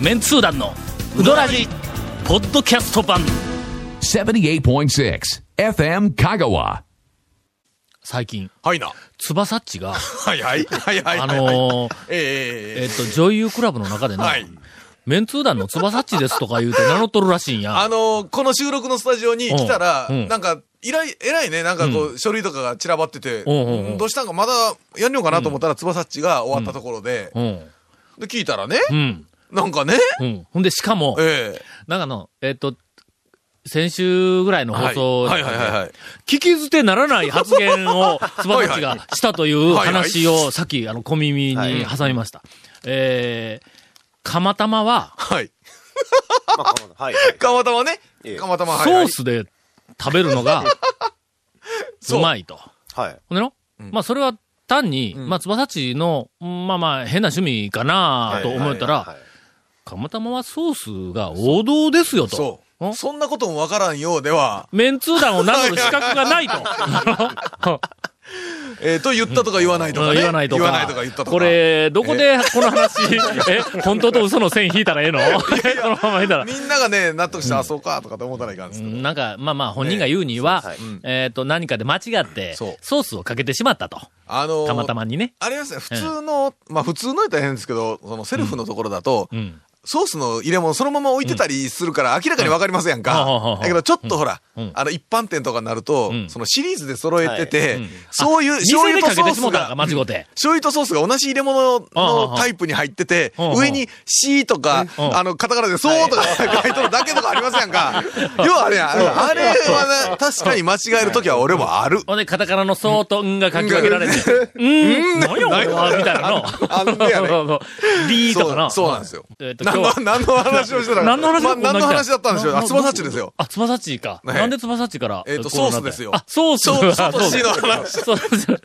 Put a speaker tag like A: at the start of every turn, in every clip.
A: メンツー団のウドラジポッドキャスト版
B: 78.6 FM Kagawa.
A: 最近
C: はいな。
A: 翼っちが
C: はいはい。はいはい。
A: あのーえ
C: ええええええ
A: っと女優クラブの中でな、
C: はい
A: メンツー団の翼っちですとか言うて 名乗っとるらしいん
C: あ
A: や
C: のーこの収録のスタジオに来たら、
A: うんうん
C: なんか、依頼、偉いね、なんかこう、書類とかが散らばってて、
A: うんうんうん
C: どうしたんかまだやんのかなと思ったら、翼っちが終わったところで、
A: うん
C: で、聞いたらね、
A: うん
C: なんかね、
A: うんほんでしかも
C: ええ
A: なんかあのえっ、と先週ぐらいの放送、
C: はいはいはいはいはい。
A: 聞き捨てならない発言 を、翼たちがしたという
C: はいはい
A: 話を、さっき、あの、小耳に挟みました。えー、釜玉は、
C: はい。
D: ま あ、かまどはい。
C: かまたまね
D: ええ。
C: かまたま、はい、
A: ソ
C: は
A: ー
C: い。
A: スで食べるのが、う
C: そう
A: まいと。
D: はい。
A: ほんでの、まあ、それは単に、まあ、翼たちの、まあまあ、変な趣味かなと思った
D: は
A: ら、
D: い
A: 釜玉はソースが王道ですよと。
C: そ
A: ん
C: う。そんなこともわからんようでは、
A: メンツー団を名乗る資格がないと。
C: えー、と言ったとか言わないとか、ね。
A: 言わないとか。
C: 言わないとか言ったとか。
A: これ、どこでこの話、え、本当と嘘の線引いたらええの そのまま言ったら。
C: みんながね、納得して、あ、そうか、とかって思ったらいかんですけど。
A: なんか、まあまあ、本人が言うには
D: ええそうそう
C: はい、
A: えっと、何かで間違って、
C: そう
A: ソースをかけてしまったと。
C: あのー
A: たまたまにね。
C: あれですね、普通の、まあ普通の大変ですけど、そのセルフのところだと、
A: うん。
C: ソースの入れ物そのまま置いてたりするから明らかにわかりませんやん
A: うん
C: か。だけどちょっとほら
A: うん、
C: あの一般店とかになると
A: ん、
C: そのシリーズで揃えてて
A: はいうん、
C: そういう醤
A: 店でか
C: 油と
A: けて
C: ソー
A: し
C: ス
A: もたん
C: が
A: か、、間違って。
C: 醤油とソースが同じ入れ物のタイプに入ってて
A: うんうんう、ん
C: 上に C とか、
A: うん
C: あの、カタカナでそうとか書いとるだけとかありませんやんか。要は ね、あれはな確かに間違えるときは俺もある。
A: ほんで、カタカナのソーとんが書き分けられて、うん、何やこれはみたいなの。
C: あんねや ね
A: そうそうそう D とかな。
C: そうそうなんですよ。
A: えっと、今日
C: 何
A: は
C: の、何の話をしてたか。
A: 何の話
C: ま
A: だ
C: あ何の話だったんでしょう。あ、つばさちですよ。。
A: こんな来たなななあ、つばさちか。
C: え
A: な
C: え
A: んでつばさちから。
C: えっと
A: こうなた
C: ソースですよ
A: あ、ソース
C: ソース
A: あ
C: ソースの
A: そうだ
C: 話
A: ソース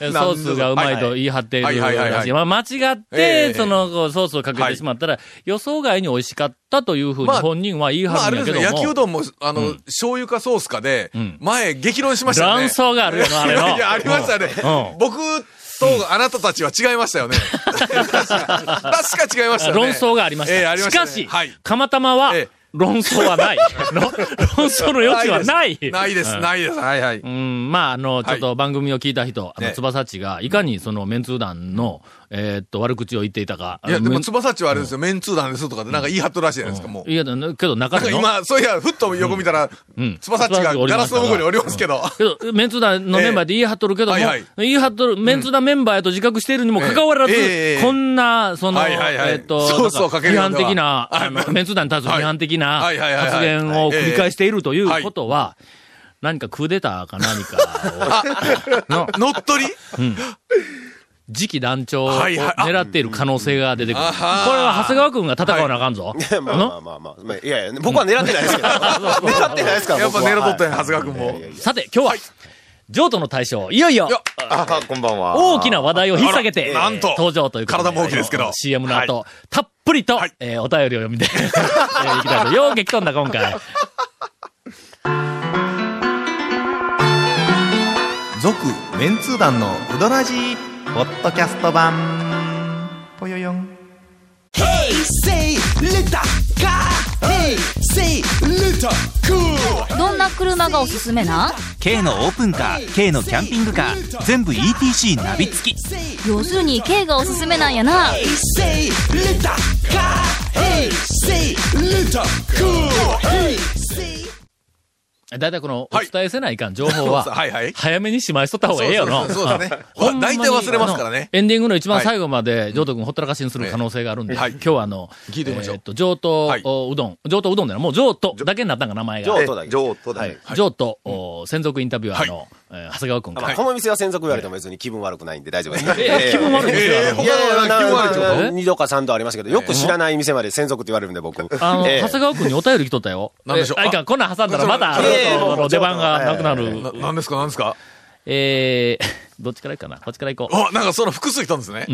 A: えソースがうまいと言い張っている
C: はいはいはい
A: らしいまあ間違っ
C: え
A: て、
C: え
A: その、こうソースをかけ
C: は
A: て
C: い
A: しまったら、予想外に美味しかったというふうに
C: まあ
A: 本人は言い
C: まあ、
A: 張
C: あ
A: るん
C: れ
A: や
C: で
A: け
C: す
A: ど
C: ね、
A: も。
C: 焼きうどんも、あの、醤油かソースかで
A: ん、
C: 前、激論しましたよね。
A: 乱想があるよな、あれの。
C: いや、ありましたね
A: うん。
C: 僕とあなたたちは違いました よね。確か確か違いましたよね。
A: 論争がありました。
C: ええありま
A: し
C: した
A: か
C: ね
A: し、
C: はい
A: 釜玉は
C: ええ、
A: 論争は ない。の論争の余地はない。
C: ないです、ないです。はいはい。
A: うん、まあ、あの、ちょっと番組を聞いた人、あの、
C: ね
A: 翼っちが、いかにそのメンツー団の、えーっと、悪口を言っていたか。
C: いや、で
A: メ
C: も、
A: ン
C: つばさちはあれですよ、メンツーなんですとかで、なんか言い張っとるらしいじゃないですか、もう。
A: いや、だけど中
C: なん
A: で
C: か
A: の。
C: 今、そういや、ふっと横見たら
A: ん、
C: つばさちがガラスの向こうにおりますけど。
A: けど、メンツー団のメンバーで言い張っとるけども、
C: ええはい
A: 言い張っとる、メンツー団メンバーやと自覚しているにもかかわらず、
C: ええええ
A: こんな、その、
C: はいはいはい
A: えーっと、
C: そうそう
A: なん
C: かける
A: 批
C: よう
A: 判
C: な
A: 的な、
C: はい
A: あの、メンツー団に対する批判的な
C: はいはいはいはい
A: 発言を繰り返しているということは、何かクーデターか何か を、の、
C: 乗っ取り
A: 次期団長を
C: はいはいあ
A: 狙っている可能性が出てくる。
C: うん
A: こ
C: あ
A: れ
C: はー
A: は長谷川くんが戦わなあかんぞ。
D: いや まあまあまあまあまあ。いやいや、僕は狙ってないです けど。狙ってないですから、
C: やっぱ
D: 僕は
C: 狙っとったんや、長
D: はい
C: 谷川君も
D: いやい。やいや
A: さて、今日は、譲渡の大将、いよいよ、
C: よっ
D: あ、こんばんは。
A: 大きな話題を引っ提げて、
C: あらなんと
A: 登場ということ
C: 体も大きいですけど
A: あの CM の後、たっぷりと、えーお便りを読み で、えーいきたいと。よう激飛んだ、今回。
E: 続メンツー団のウドラジーポッドキャスト版ぽよよん
F: Say little car. Hey, say little cool.
G: どんな車がおすすめなん
H: K のオープンカー K のキャンピングカー全部 ETC ナビ付き
F: Say,
G: 要するに軽がおすすめなんやな
F: say little car. Hey, say little cool. Hey, say.
A: だいたいこの、お
C: はい
A: 伝えせないかん情報は、
C: はいはい
A: 早めにしまいしとった方がええよな。。
C: そうそうそうそうだね
A: ほんま
C: 大
A: に
C: 体忘れますからね。
A: あのエンディングの一番最後まで、譲渡君ほったらかしにする可能性があるんで、
C: はい
A: 今日はあの、
C: 聞いてみましょう
A: えーっと、譲渡、
C: はいう
A: どん、譲渡うどんでもう譲渡だけになったんか、名前が。
D: 上都だけ。上都
A: は
D: だ
A: い
D: け。。
A: 譲渡、お専属インタビュアーの、えー長谷川君
D: あ
A: か
D: まあ
A: ら。
D: この店は専属言われても別に気分悪くないんで大丈夫です。い
A: えー気分 悪いですよ
C: ええ
A: あの
C: 他のな気分悪いってこと
A: え
D: 2度か3度ありましたけど、よく知らない店まで専属って言われるんで、僕。
A: あの、
D: ええ
A: 長谷川君にお便り来とったよ。
C: なんでしょう
A: えあいかん、こんなん挟んだらまた、あ
D: いやいやもう
A: の出番がなくな
C: な
A: る。
C: なんですか、なんですか
A: えー、どっちからいくかなこっちからいこう。
C: あ、なんかその複数来たんですね。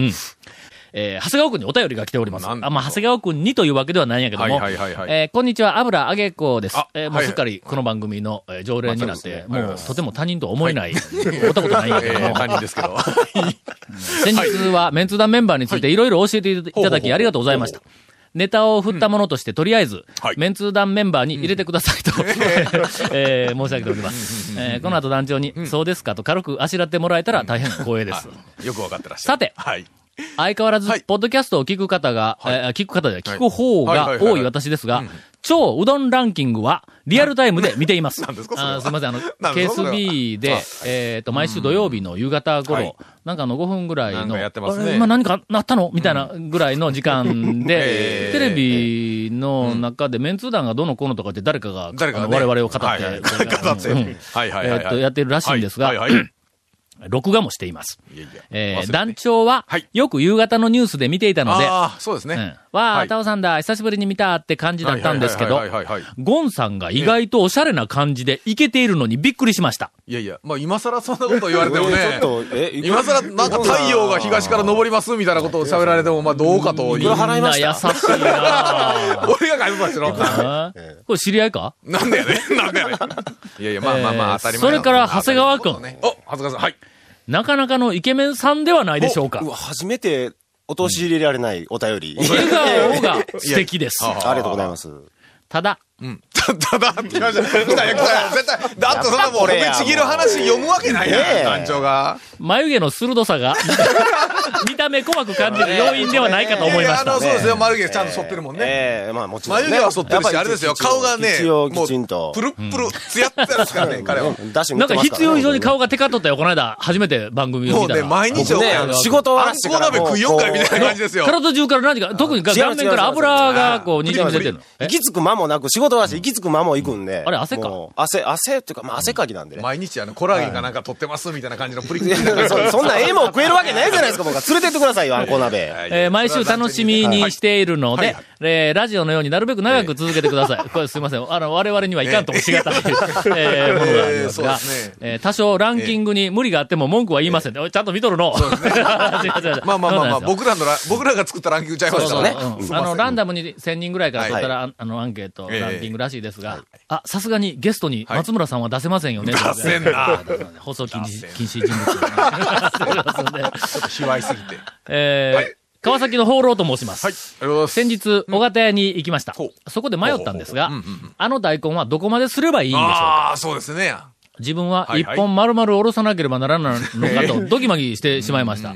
A: えー、長谷川くんにお便りが来ております。あ、
C: なん
A: まあ、長谷川くんにというわけではないんやけども。
C: はいはいはいはい
A: えーこんにちは、油揚げ子です
C: あ。
A: えー、もう
C: はいはい
A: すっかりこの番組の、えー常連になって、
C: まあそう
A: も
C: ですね
A: うとても他人とは思えない、おったことないんやけ
C: え
A: ども
C: ー、。他人ですけど。
A: 先日はメンツ団メンバーについていろいろ教えていただきありがとうございました。ネタを振ったものとして、とりあえず、
C: はい
A: メンツー団メンバーに入れてくださいと、 えー申し上げております。えーこの後団長に、そうですかと軽くあしらってもらえたら大変光栄です。
C: よくわかってらっしゃる。
A: さて、
C: はい。
A: 相変わらず
C: はい、
A: ポッドキャストを聞く方が、えー聞く方じゃない、聞く方
C: は
A: が
C: いはいはい
A: 多
C: はい
A: い私ですが、超うどんランキングは、リアルタイムで見ています。
C: 何ですかそれは
A: あーすみません、 あの、
C: 何ですかそれは
A: KSB で、えっと、毎週土曜日の夕方
C: は
A: 頃
C: い、
A: なんかあの5分ぐらい
C: なん
A: の、
C: かやってますね
A: あれ今何かなったのみたいなぐらいの時間で
C: え、ー
A: テレビの中でメンツー団がどうのこうのとかって誰かが、
C: 誰か
A: あ
C: が
A: の
C: ね
A: 我々を語って、
C: はい はい
A: 語
C: ってはいはい
A: え
C: はいはい
A: っと、やってるらしいんです
C: はい
A: が
C: は、いはい。
A: 録画もしています。
C: いやいや
A: え
C: 忘れ
A: ー
C: て
A: 団長は
C: はい、
A: よく夕方のニュースで見ていたので、
C: ああ、そうですね。
A: うんわあ、
C: はい
A: タオさんだ、久しぶりに見たって感じだったんですけど
C: はい、はいはいはいはいはい
A: ゴンさんが意外とおしゃれな感じでイケているのにびっくりしました。
C: いやいや、まあ今更そんなこと言われてもね。
D: ちょっとえ
C: 今更なんか太陽が東から昇りますみたいなことを喋られても、まあどうかと
D: い
C: い
D: く
C: う
D: ら。払いました
A: みんな優しい な
C: 俺が買いましろ。
A: あーこれ知り合いか
C: なんでやね ん、なんでやねん。いやいや、まあまあま
A: えー
C: あ当たり
A: そ
C: 前
A: れから長谷川君
C: ん。お、長谷川さん、はい。
A: なかなかのイケメンさんではないでしょうか
D: う。わ、初めて、陥れられないお便り。
A: 笑顔が素敵です。
C: あ
D: ありがとうございます。
A: ただ、
C: た ただ、来ました。来たよ、来たよ。絶対。だってそんなもん、俺ちぎる話読むわけないやん、団長が。
A: 眉毛の鋭さが、見た 目怖く感じる要因ではないかと思いまし
C: ややあの、
A: た。
C: そうですね。眉毛ちゃんと剃ってるもんね。
D: ええまあもちろん、ね。
C: 眉毛は剃ってるし、あれですよ、顔がね、
D: 一
C: も
D: 応
C: う、
D: きちんと。
C: プルップル、ツヤッツヤですからね、彼は。
D: ダッシュ
A: なんか必要以上に顔
D: が。
A: がテカっとったよ、この間、初めて番組を
C: も
A: 見
C: う
A: た
C: ね、
A: ら。
C: 毎日
D: 僕ね、あの仕事終わ
C: あ
D: ら
C: ん
D: して
C: こ
D: から
C: 鍋
D: も
C: 食
D: う。
C: い4回みたいな感じ
D: で。
C: ですよ。
A: 体中から何か、特に
D: 違う
A: 顔面から油がこう、にじみ出てるの。え
D: 行き着く間もなく、仕事終わらして行き着く間も行くんで。
A: あれ汗か
D: もう汗、汗っていうか、まあ汗かきなんでね。
C: 毎日あの、コラーゲンかなんか取ってますみたいな感じのプリクリ。
D: そそんなええもん食えるわけないじゃないですか、僕は。連れてってくださいよ、あんこ鍋。
A: えー毎週楽しみにしているので、
C: はいはい
A: えーラジオのようになるべく長く続けてください。これすいません。あの、我々にはいかんともしがたい、えーものがありますが、
C: えーそうですね
A: えー多少ランキングに無理があっても文句は言いません。おいちゃんと見とるの。そう ですね。
C: まあまあまあま
A: そ
C: あ、
A: うなんですよ
C: 僕らのラ、僕らが作ったランキングちゃいま
A: そう
C: した
A: そ
C: か
A: う
C: らね。
A: うんあの、ランダムに1000人ぐらいから取ったら、ああの、アンケート、
C: ええ
A: ランキングらしいですが、あ、さすがにゲストに松村さんは出せませんよね。
C: 出せん な
A: 放送禁止、禁止人物。 すいませんね
C: 卑猥すぎて。はい。
A: えー
C: はい
A: 川崎の放浪と申します。
C: ありがとうござい
A: 先
C: ます。
A: 日、小型屋に行きました
C: ほう。
A: そこで迷ったんですが
C: ほうほうほううんうんう、
A: あの大根はどこまですればいいんでしょうか
C: ああ、そうですね。
A: 自分は一
C: はいはい
A: 本丸々おろさなければならないのかと、ドギマギしてしまいました。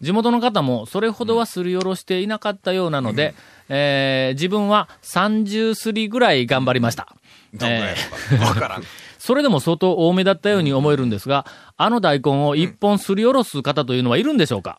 A: 地元の方もそれほどはすりおろしていなかったようなので、えー自分は30すりぐらい頑張りました。
C: どんぐらい
A: えー
C: のか わからん。
A: それでも相当多めだったように思えるんですが、あの大根を一本すりおろす方というのはいるんでしょうか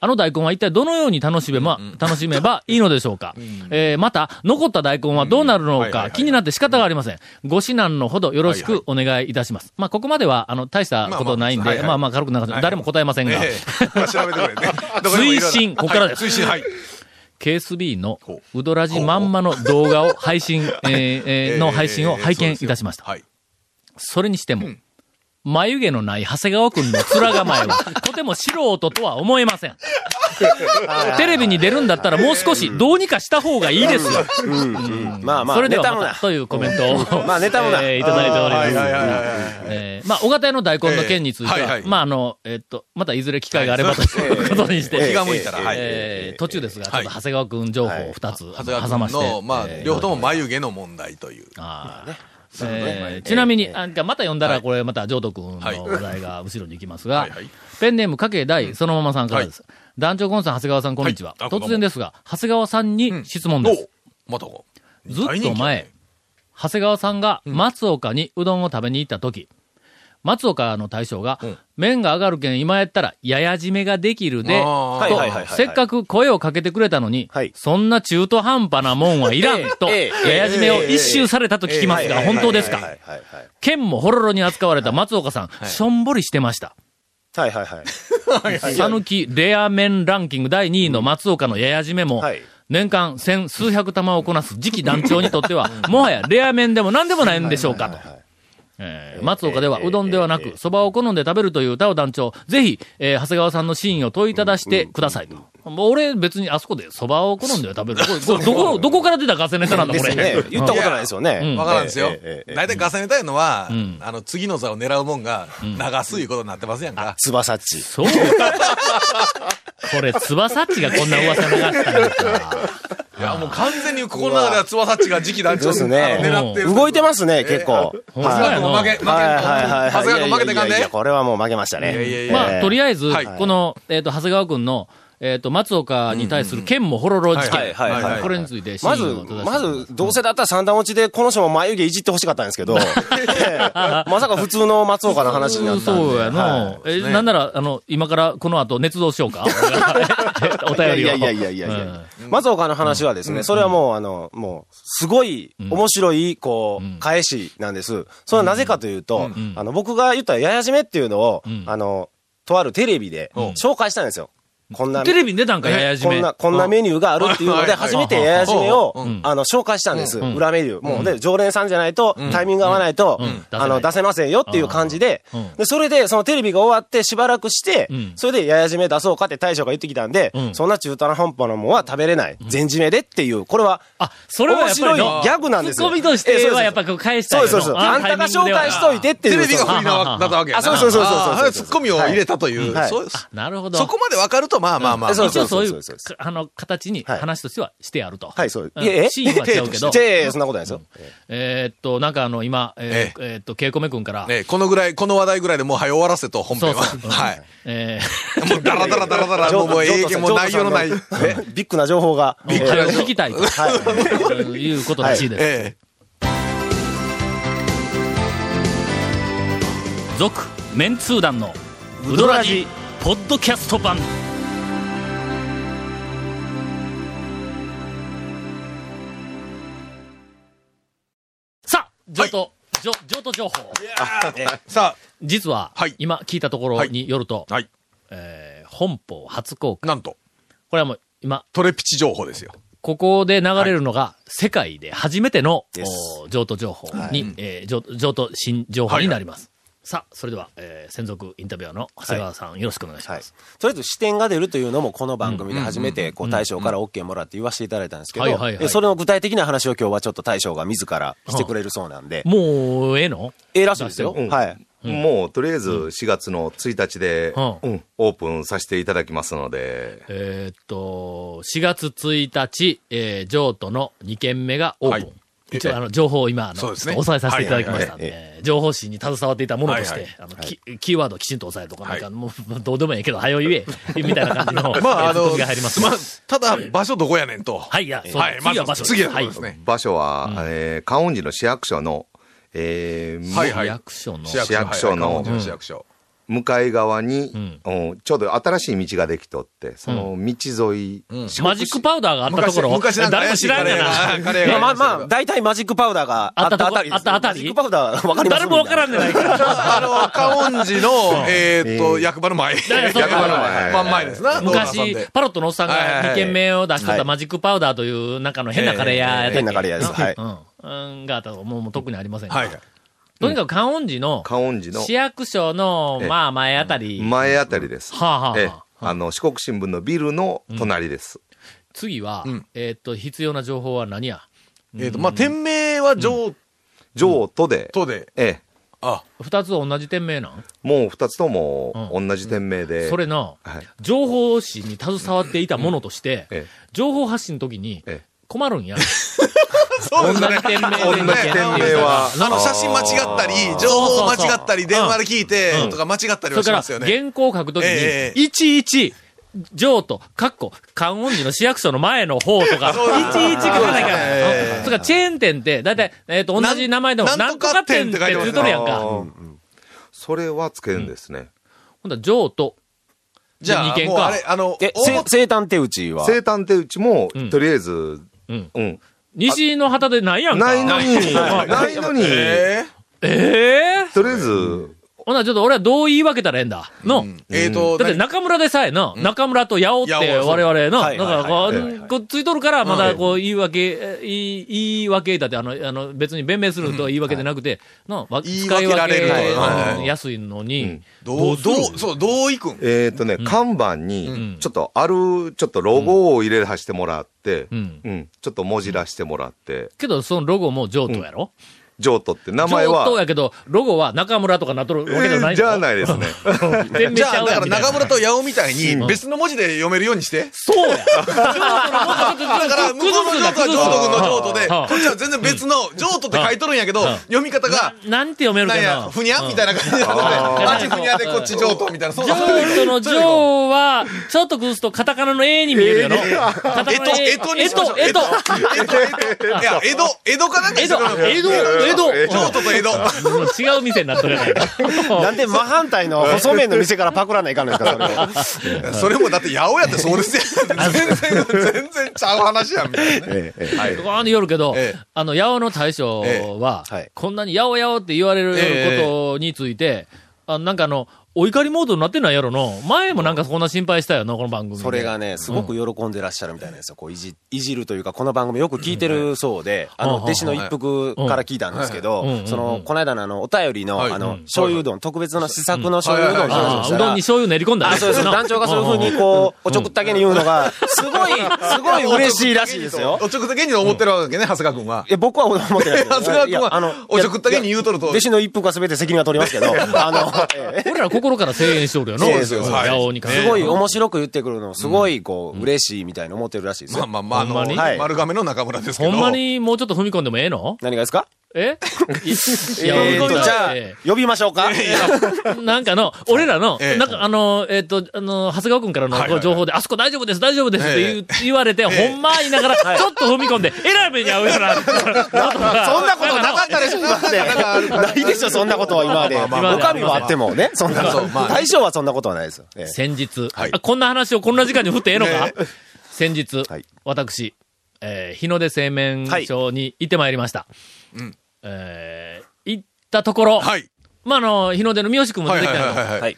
A: あの大根は一体どのように楽しめば、楽しめばいいのでしょう か、えー、また、残った大根はどうなる
C: うん
A: の
C: はいはいは
A: か
C: い
A: 気になって仕方がありません。ご指南のほどよろし
C: は
A: くお願いいたします。まあ、ここまでは、あの、大したことないん
C: まあまあは
A: で、
C: いはい
A: まあまあ、軽くなんか、誰も答えませんが、
C: ええ。まあ調べてくれね。どこでもいい
A: 推進ここからです
C: はい推進、はい。
A: ケース B の
C: ほ
A: ウドラジまんまの動画を配信、えーえーの配信を拝見いたしました。
C: はい。
A: それにしても、眉毛のない長谷川くんの面構 えは、とても素人とは思えませ ん。テレビに出るんだったらもう少しどうにかした方がいいですよ。
D: まあまあ、
A: それでは
D: ネタも
A: ま
D: な
A: た。というコメントを、
D: まあネタもな
A: えーいただいております。
C: はいはいはいはい。
A: えーまあ、小型屋の大根の件については、
C: ええはいはい
A: まあ、あの、えっと、またいずれ機会があればということにして、
C: 気が向いたら、はい。
A: えー途中ですが、ちょっ
C: はい
A: と長谷川くん情報を2つ
C: 長谷
A: 挟
C: 川
A: ま
C: 君
A: して。
C: の、まあ
A: え、ー
C: 両方とも眉毛の問題という。
A: ああ。えーちなみに、あんかまた読んだら、これまた、ジョート君の話題が後ろに行きますが
C: はいはい、
A: ペンネーム、かけ大、そのままさんからです。団長コンさん、長谷川さん、こんにちは。
C: はいあこんばんは
A: 突然ですが、長谷川さんに質問です。
C: おまたこ
A: ずっ
C: 大
A: と
C: 人気や
A: 前
C: ね、
A: 長谷川さんが松岡にうどんを食べに行った時、松岡の大将が、麺が上がるけん今やったら、ややじめができるで、
C: あ
D: はいはいはいはい
A: と、せっかく声をかけてくれたのに
D: はい、
A: そんな中途半端なもんはいらんと、
D: ええ
A: ややじめを一周されたと聞きますが、本当です
D: は
A: か
D: いはいはい。
A: 剣もほろろに扱われた松岡さん、しょんぼりしてました。
D: はいはいはい。
A: さぬきレア麺ランキング第2位の松岡のややじめも
D: はい、
A: 年間千数百玉をこなす次期団長にとって は、もはやレア麺でも何でもないんでしょうかと。えー松岡ではうどんではなく、蕎麦を好んで食べるという歌を団長、ぜひ、えー長谷川さんのシーンを問いただしてくださいと。もう俺別にあそこで蕎麦を好んで食べる。 これこれどこ、どこから出たガセネタなんだ
D: で
A: こ
D: す
A: れ。
D: よね。言ったことないですよね。
C: わからんですよ
D: えええ。え
C: 大体ガサネタいうのは
A: ん、
C: あの、次の座を狙うもんが、流すいうことになってますやんか。
D: 翼っ ち。
A: そう。これ、翼っちがこんな噂流したのか。
C: いや、もう完全にここの中では、つわさっ ちが次期団長
D: そうですね
C: あの狙ってる。
D: 動いてますね、結構。
A: ほんま
C: 長
A: や
C: 谷川君
A: な
C: 負け、負。けんと。
D: はいはいはいはい。
C: 長谷川君負けてかん
D: いやいやい
C: で
D: や。これはもう負けました
C: いやいやい
D: ね。
C: や
A: まあ、とりあえず、
C: はい
A: この、えっ、と、長谷川君の、えっ、と、松岡に対する剣もほろろ事件。
C: はいはいはいはい
A: これについて、
D: まず
A: 真意を正、して
D: まず、どうせだったら三段落ちで、この人も眉毛いじってほしかったんで すけど、ええまさか普通の松岡の話になったんで。
A: そうやの、
D: はい
A: えなんなら、あの、今からこの後、捏造しようか。お便りを。
D: いやいやいやいやいやいや。松岡の話はですね、それはもう、あの、もう、すごい面白い、こう、返しなんです。それはなぜかというと、あの、僕が言ったややじめっていうのを
A: ん、
D: あの、とあるテレビで紹介したんですよ。こんな。
A: テレビに出たんか、ややじ
D: こ
A: め。
D: んな、こんなメニューがあるっていうの
C: はい
D: で、
C: はい
D: 初めてややじめを
A: ん、
D: あの、紹介したんです。
A: ん
D: 裏メニュー。もう、で、常連さんじゃないと、タイミング合わないと
A: うんうん、
D: あの、
A: 出
D: 出せませんよっていう感じで
A: うん、
D: で、それで、そのテレビが終わってしばらくして
A: ん、
D: それでややじめ出そうかって大将が言ってきたんで
A: う、ん
D: そんな中途半端なもんは食べれない。全締めでっていう、これは、
A: あ、それはやっぱり
D: 面白
A: の
D: いギャグなんですよ
A: ツッコミとし
D: ええ
A: て
D: そうです
A: はやっぱこう返したい
D: そ
A: の
D: うです、そうです。あんたが紹介しとい。てっていう。
C: テレビが
D: そう
C: 振りなわだったわけやな。
D: あそうそうそうそうそう
C: あーれツッコミを入れたという。
D: はい
C: そう
A: あなるほど。
C: そこまで分かると、まあまあまあ。
D: えそう
A: 一応そうい
D: そううそうそ、
A: あの、形に
D: はい
A: 話としてはしてやると。
D: はい、そう。。
A: んシーンは違うけど
D: ええ、そんな ことないですよ。
A: えーっと、なんかあの、今、えー
C: え
A: えーっと、ケイコメ君から、
C: ねこのぐらい、この話題ぐらいでもう早終わらせと、本編は。
A: そうそう
C: はい。
A: えー
C: もうダラダラダラダラ、もうもう
D: ジョー
C: 永
D: ジョ
C: 遠
D: ー
C: もう内容のない
D: ジョ。ーさん のビッグな情報が。
A: ビッグ
D: ええ
A: な情報を聞きたいと、い、うことらしいです。
C: え
A: 続、メンツー団の、ウドラジ、ポッドキャスト版。さあ、上等、上上等情報。
C: え。さ
A: 実は、
C: はい
A: 今聞いたところによると、
C: あ、はい。
A: えー本邦初公開。
C: なんと、
A: これはもう、今、
C: トレピチ情報ですよ。
A: ここで流れるのが、世界で初めての、
D: です
A: お譲渡情報に、えー譲譲渡新情報になります。さあ、それでは、えー専属インタビュアーの長谷川さん、よろしくお願いし
D: はい
A: ます。。
D: とりあえず視点が出るというのもこの番組で初めてこう大将から OK もらって言わせていただいたんですけど、
A: はいはいはい
D: えそれの具体的な話を今日はちょっと大将が自らしてくれるそうなんで、
A: もう、ええの
D: ええらしいですよ。
I: うん
D: はい。
I: もうとりあえず4月の1日で、
A: う
I: うんオープンさせていただきますので、
A: えーっと、4月1日、えー、譲渡の2件目がオープン。
C: はい
A: 一応、あの、情報を今、あの、
C: そうですね
A: ちょっと押さえさせていただきましたんで、
D: はい
A: 情報誌に携わっていたものとして、
C: はいはい
A: あの、キキーワードをきちんと押さえとか、なんか、もう、 どうでもいいけど、早言 え、みたいな感じの、
C: まあ、
A: えー
C: あ
A: ツッ
C: の
A: コミが入りま、す。
C: まあ、ただ、場所どこやねんと。
A: はい、いや、そう
C: はい、ま
A: 次は場
C: ず、
A: 所
C: 次はとこ
A: はい
C: ろです。ね。
I: 場所は、えー、観音寺の市役所の、えー
C: はい
A: 市役所の、
I: 市役所の
C: はいはいはい市役所。
I: む向かい側に、
A: ん
I: うんちょうど新しい道ができとって、その道沿い、四国
A: マジックパウダーがあったところ、
C: 昔昔なんか
A: 誰も知らんがな。
C: カレー
D: まあ
C: が
D: まあ
C: カレーが
D: まあ、大体マジックパウダーがあったあたり
A: あ
D: です
A: ったあたり
D: マジックパウダーわかります
A: 誰もわからん
D: み
A: じゃない から。
C: あの、カオンジの、えーっと、役場の前。役
A: からそう
C: 場の前。
I: はい
C: 真ん前ですな、道端
A: 昔
C: さんで、
A: パロットのおっさん
C: はいはい
A: が
C: はい
A: 2軒目を出して
D: は
A: た
D: い
A: マジックパウダーという、なんかの変なカレー屋やったっけ
D: たいな変な彼やです。はい。
A: うん。うん、があったともうもう特にありませんが
C: はい。
A: とにかく観音寺の、
I: 観音寺の
A: 市役所の、
I: ええ
A: まあ前あたり、
I: 前あたりです。
A: はあはあはあ
I: えーあの四国新聞のビルの隣です。
A: 次は、えーっと、必要な情報は何や
C: えーっと、まあ、店名は上
I: 上都で、
C: 都で、
I: え
C: あ、
A: 二つ同じ店名なん
I: ーもう2つとも同じ店名で、
A: それの、
I: はい
A: 情報誌に携わっていたものとして、
I: ええ
A: 情報発信の時に
I: ええ
A: 困るんや。
C: そうですね
A: 同じ店名で
C: 同じ
A: 同じ店名
I: は
C: あの、写真間違ったり、情報間違ったり、
A: そうそう
C: 電
A: そう
C: 話で聞いて、とか間違っ
A: そ
C: たり
A: れ
C: はし
A: か
C: ま
A: ら、
C: すよね。
A: 原稿を書くとき
C: え
A: に、いちいち、上と、かっこ、観音寺の市役所の前の方とか、 いちいち書かないから。
C: ええ
A: それから、チェーン店って、だいたい、えっと、同じ名前でも、
C: な
A: なんんとか店ってついとるやんか。
I: あー
A: ほん
I: それはつけるんですね。
A: だら、上と、
C: じゃ
A: 二
C: あ、
A: 軒
C: もう
A: か
C: あれ、あの、
D: え、
C: お
D: せ生誕手打ちは
I: 生誕手打ちも、
A: ん
I: とりあえず、
A: うん
I: うん。
A: 西の旗でないやんか。
I: ないのに、ないのに、
C: え
A: ええ
I: とりあえず、
A: ほな、ちょっと俺はどう言い分けたらええんだ。の。
C: ーえーっと、
A: だって中村でさえな、中村と八尾っ
C: 八
A: て
C: 尾そう
A: 我々の、
D: はい
A: なんかこ、
I: はいはいはいう
A: こうついとるから、まだこう言い訳、え言い言い訳だって、あの、あの、別に弁明すると言い訳じゃなくて、な、わ
C: 言
A: 使
C: い
A: い
C: 分
A: 分
C: けられ
A: け
C: るはい
A: うん安いのに、
C: どう、
A: する
C: どう、そう、どういくん
I: えっとね、看板に、ちょっとある、ちょっとロゴを入れはしてもらって、
A: うん
I: うん。ちょっと文字らしてもらって、
A: けど、そのロゴも譲渡やろ
I: 譲渡って名
A: 上
I: 前は
A: 等。やけど、ロゴは中村とかなっとるわけじゃない
I: じゃあないです ね。
A: 全
C: じゃあ、だから中村と
A: や。
C: 八尾みたいに別の文字で読めるようにして。
A: そう や。だ
C: だから、向こうの譲渡は譲渡君の譲渡で、
A: うん
C: こっちは全然別の譲渡って書いとるんやけど、読み方が、
A: なんて読める
C: なん
A: か
C: や、
A: な。
C: ふにゃみたいな感じになので、
A: うん
C: あっちふにゃでこっち譲渡みたいな、そう
A: 上都の上は、ちょっと崩すとカタカナの A に見えるやろ。カタカナ
C: 江戸、
A: の A
C: 江戸にしましょう。
A: 江戸、
C: 江戸、江戸。い や、江戸、江戸かなんか
A: 江
C: にし
A: 戸
C: ろよ、
A: 江戸、江戸、江戸。
C: 譲渡と江戸。
A: もう違う店になっとるやないか。
D: なんで真反対の細麺の店からパクらないかんのですか、それを
C: それもだって八百屋ってそうですよ。全然、全然ちゃう話やん、みたい なね。
A: そこによるけど、
C: ええ
A: あの、八尾の大将は、
D: ええはい
A: こんなに八尾八尾って言われることについて、あなんかあの、お怒りモードになってないやろの。前もなんかこんな心配したよな、この番組で。
D: それがね、すごく喜んでらっしゃるみたいなんですよ。こういじ、いじるというか、この番組よく聞いてるそうで、あの、
A: うん
D: 弟子の一服から聞いたんですけ
A: うんう
D: ど
A: ん、
D: その、この間のあの、お便りの、
C: はい
D: あ
C: う
D: の
C: ん、
D: 醤油うどん、特別な試作の醤油うどんの話
A: あ
D: をし
A: あ、
D: た
A: うどん
D: ら
A: に、醤油練り込んだ
D: あ、そうです。団長がそういうふうに、こう、おちょくったけに言うのが、すごい、すごい嬉しいらしいですよ。
C: おちょくった芸人を思ってるわけね、長谷川君は。
D: いや、僕は思ってないで
C: 長谷
D: すよ。
C: 川
D: い
C: 君
D: やあの
C: は、おちょくった芸人言うとると。
D: 弟子の一服は全て責任は取りますけど、あの、ええ
A: 俺ら心から声援しとるよな。
C: そうですよはい
A: 八尾に関して
D: すごい面白く言ってくるの、すごいこう、嬉しいみたいに思ってるらしいです
C: まあ
D: よ。
C: まあまあ、あの
A: ほんまに
C: はい丸亀の中村ですけ
A: ほ
C: ど。
A: んまにもうちょっと踏み込んでもええの
D: 何がですか
A: えいや
D: えー
A: 踏み込んで
D: と、じゃあ
A: え、
D: 呼びましょうか。
A: えなんかの、俺らの、
C: ええ
A: なんかあの、えっと、あの、長谷川君からの
C: はいはい
A: こう情報で、あそこ大丈夫です、大丈夫ですって言う言われて、
C: え
A: ほんま言いながら、ちょっと踏み込んで、えらい目に遭うよう な。そんなこと
D: そんなことなかったでしょ、今まで。ないでしょ、そんなことは今まで。
C: まあ
D: お
C: まあ
A: まあ
D: かみはあってもね、そんな
C: そうまあ。
D: 大将はそんなことはないですよ。ええ
A: 先日、
C: はい
A: あこんな話をこんな時間に振ってええのか、先日、
D: はい
A: 私、えー日の出製麺所に行ってまいりました。えー行ったところ、
C: はい。
A: まあ、あの、日の出の三好君も
C: は
A: 出
C: い
A: てき
C: は
A: た
C: い
A: の、
C: はいはい。
D: はい。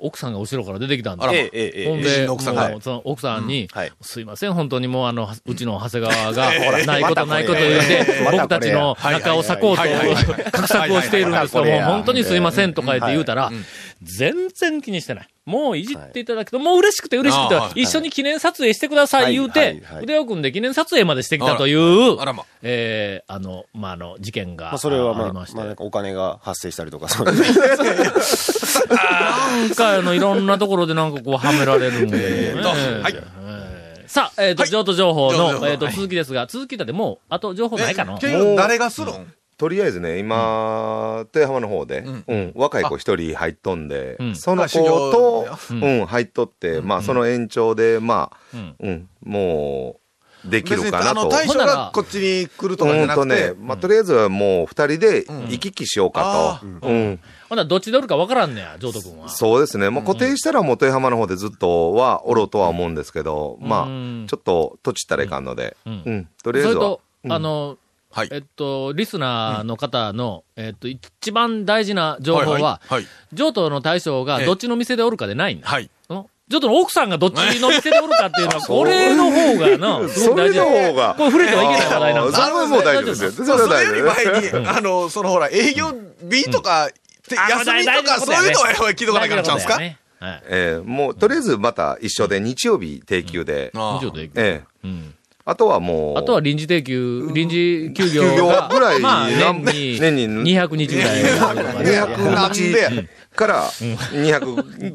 A: 奥さんが後ろから出てきたんで
C: あ、らま
D: ええ、ええ、え
A: ほん
D: え。
C: え
A: で、
C: え
A: もう
C: 奥さんが
A: その奥さんに、
D: うんはい
A: すいません、本当にもう、あの、 うちの長谷川 が、
D: ほら
A: ないことないこと言うて
D: またこれや、
A: 僕たちの
C: はいはい
A: 中を裂こうと、
C: はいはいはい
A: 画策をしているんですけど
D: はいはい
A: も、
D: はい
A: 本当にすいませんとか言って言うたら、全然気にしてない。もういじっていただくと、もう嬉しくて嬉しくて
C: ああはい、
A: 一緒に記念撮影してください言う
D: はいは
A: て
D: いはい、
A: 腕を組んで記念撮影までしてきたという
C: あらま。
A: えー、あの、まあ、あの、事件が
D: ま
A: あ
D: あ、それはま
A: り
D: あ、
A: まして
D: まあ、なんかお金が発生したりとか、そう
A: なんかあのいろんなところでなんかこうはめられるんで。
C: えーと
A: え
C: はい
A: えーさあ、えっ、と、
C: はい
A: 譲渡情報
C: 譲渡情
A: の、
C: 報
A: えっ、と、続きですが、続きだってもう、あと情報ないか
C: え
A: な
C: っていう誰がするん
I: とりあえずね、今、豊浜の方で、
C: ん
I: うん、若い子一人入っとんで
A: う、ん
I: その子
C: あ
I: と、
A: 業
I: うん、入っとって、まあ、その延長で、ま
A: う
I: あ
A: ん、
I: うん、もう、でき
C: 別
I: る
C: に、
I: か
C: あ
I: な
C: の、
I: と。
C: 大
A: ほ
C: 将
A: んなら
C: がこっちに来るとかじ
I: う
C: ゃ
I: ん
C: な
I: と
C: く
I: ね
C: て、、
I: まあ、とりあえずはもう二人で行き来しようかと。うん。
A: ほんならどっちでおるかわからんねや、譲渡君は。
I: そうですね。もう固定したらもう豊浜の方でずっとはおろうとは思うんですけど、まあ
A: うん、
I: ちょっと、とちったらいかんので、
A: う
I: うんん、とりあえ
A: そ
I: ず
A: れ
I: は。
A: と、
I: うん
A: あの、
C: はい
A: えっと、リスナーの方の、えっと、一番大事な情報
C: はい
A: は、
C: はい。
A: 譲渡の対象が
C: ええ
A: どっちの店でおるかでないんだ。
C: はい。
A: うん譲渡の奥さんがどっちの店でおるかってい うのは、これの方がな、すご
I: そ
A: く大
I: れ
A: 事
I: の
A: だ
I: 方が。
A: これ触れてはいけない話題なん
I: あーそ
A: だ。
I: れはもう大丈夫ですよ。それ
C: そ
I: は
C: うそれ
I: 大丈
C: より
I: 夫です。
C: 前に、あの、そのほら、営業日とか、て
A: あ
C: 休みとか、そういうのはやっぱり聞いとかなきゃなっちゃうんです
A: 大
C: か
A: 事なことやねはい
I: ええもう、とりあえずまた一緒で、日曜日定休で、
C: あ
A: 以上でいく
I: え
A: う
I: え
A: ん
I: あとはもう、
A: あとは臨時定休、臨時休業
I: 休業
A: が
I: ぐらい
A: まあ、
I: なん
A: 年に、
I: 年に
A: 200日ぐらい。
C: 200なんで、
I: から 250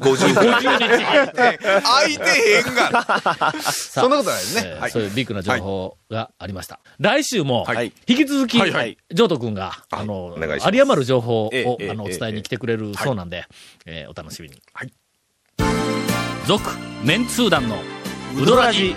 C: 空いてへんが。
A: さあ
C: そんなことないですね
A: えー
C: はい
A: そういうビッグな情報がありました。来週も
D: はい、
A: 引き続き、
C: はいはい
A: ジョート君が、あの
I: お願いしま、す
A: 有り余る情報を、
D: ええ
A: あの、お
D: ええ
A: 伝えに来てくれるそうなんで、えーお楽しみに。
C: はい。
A: 続、メンツー団の、ウドラジ、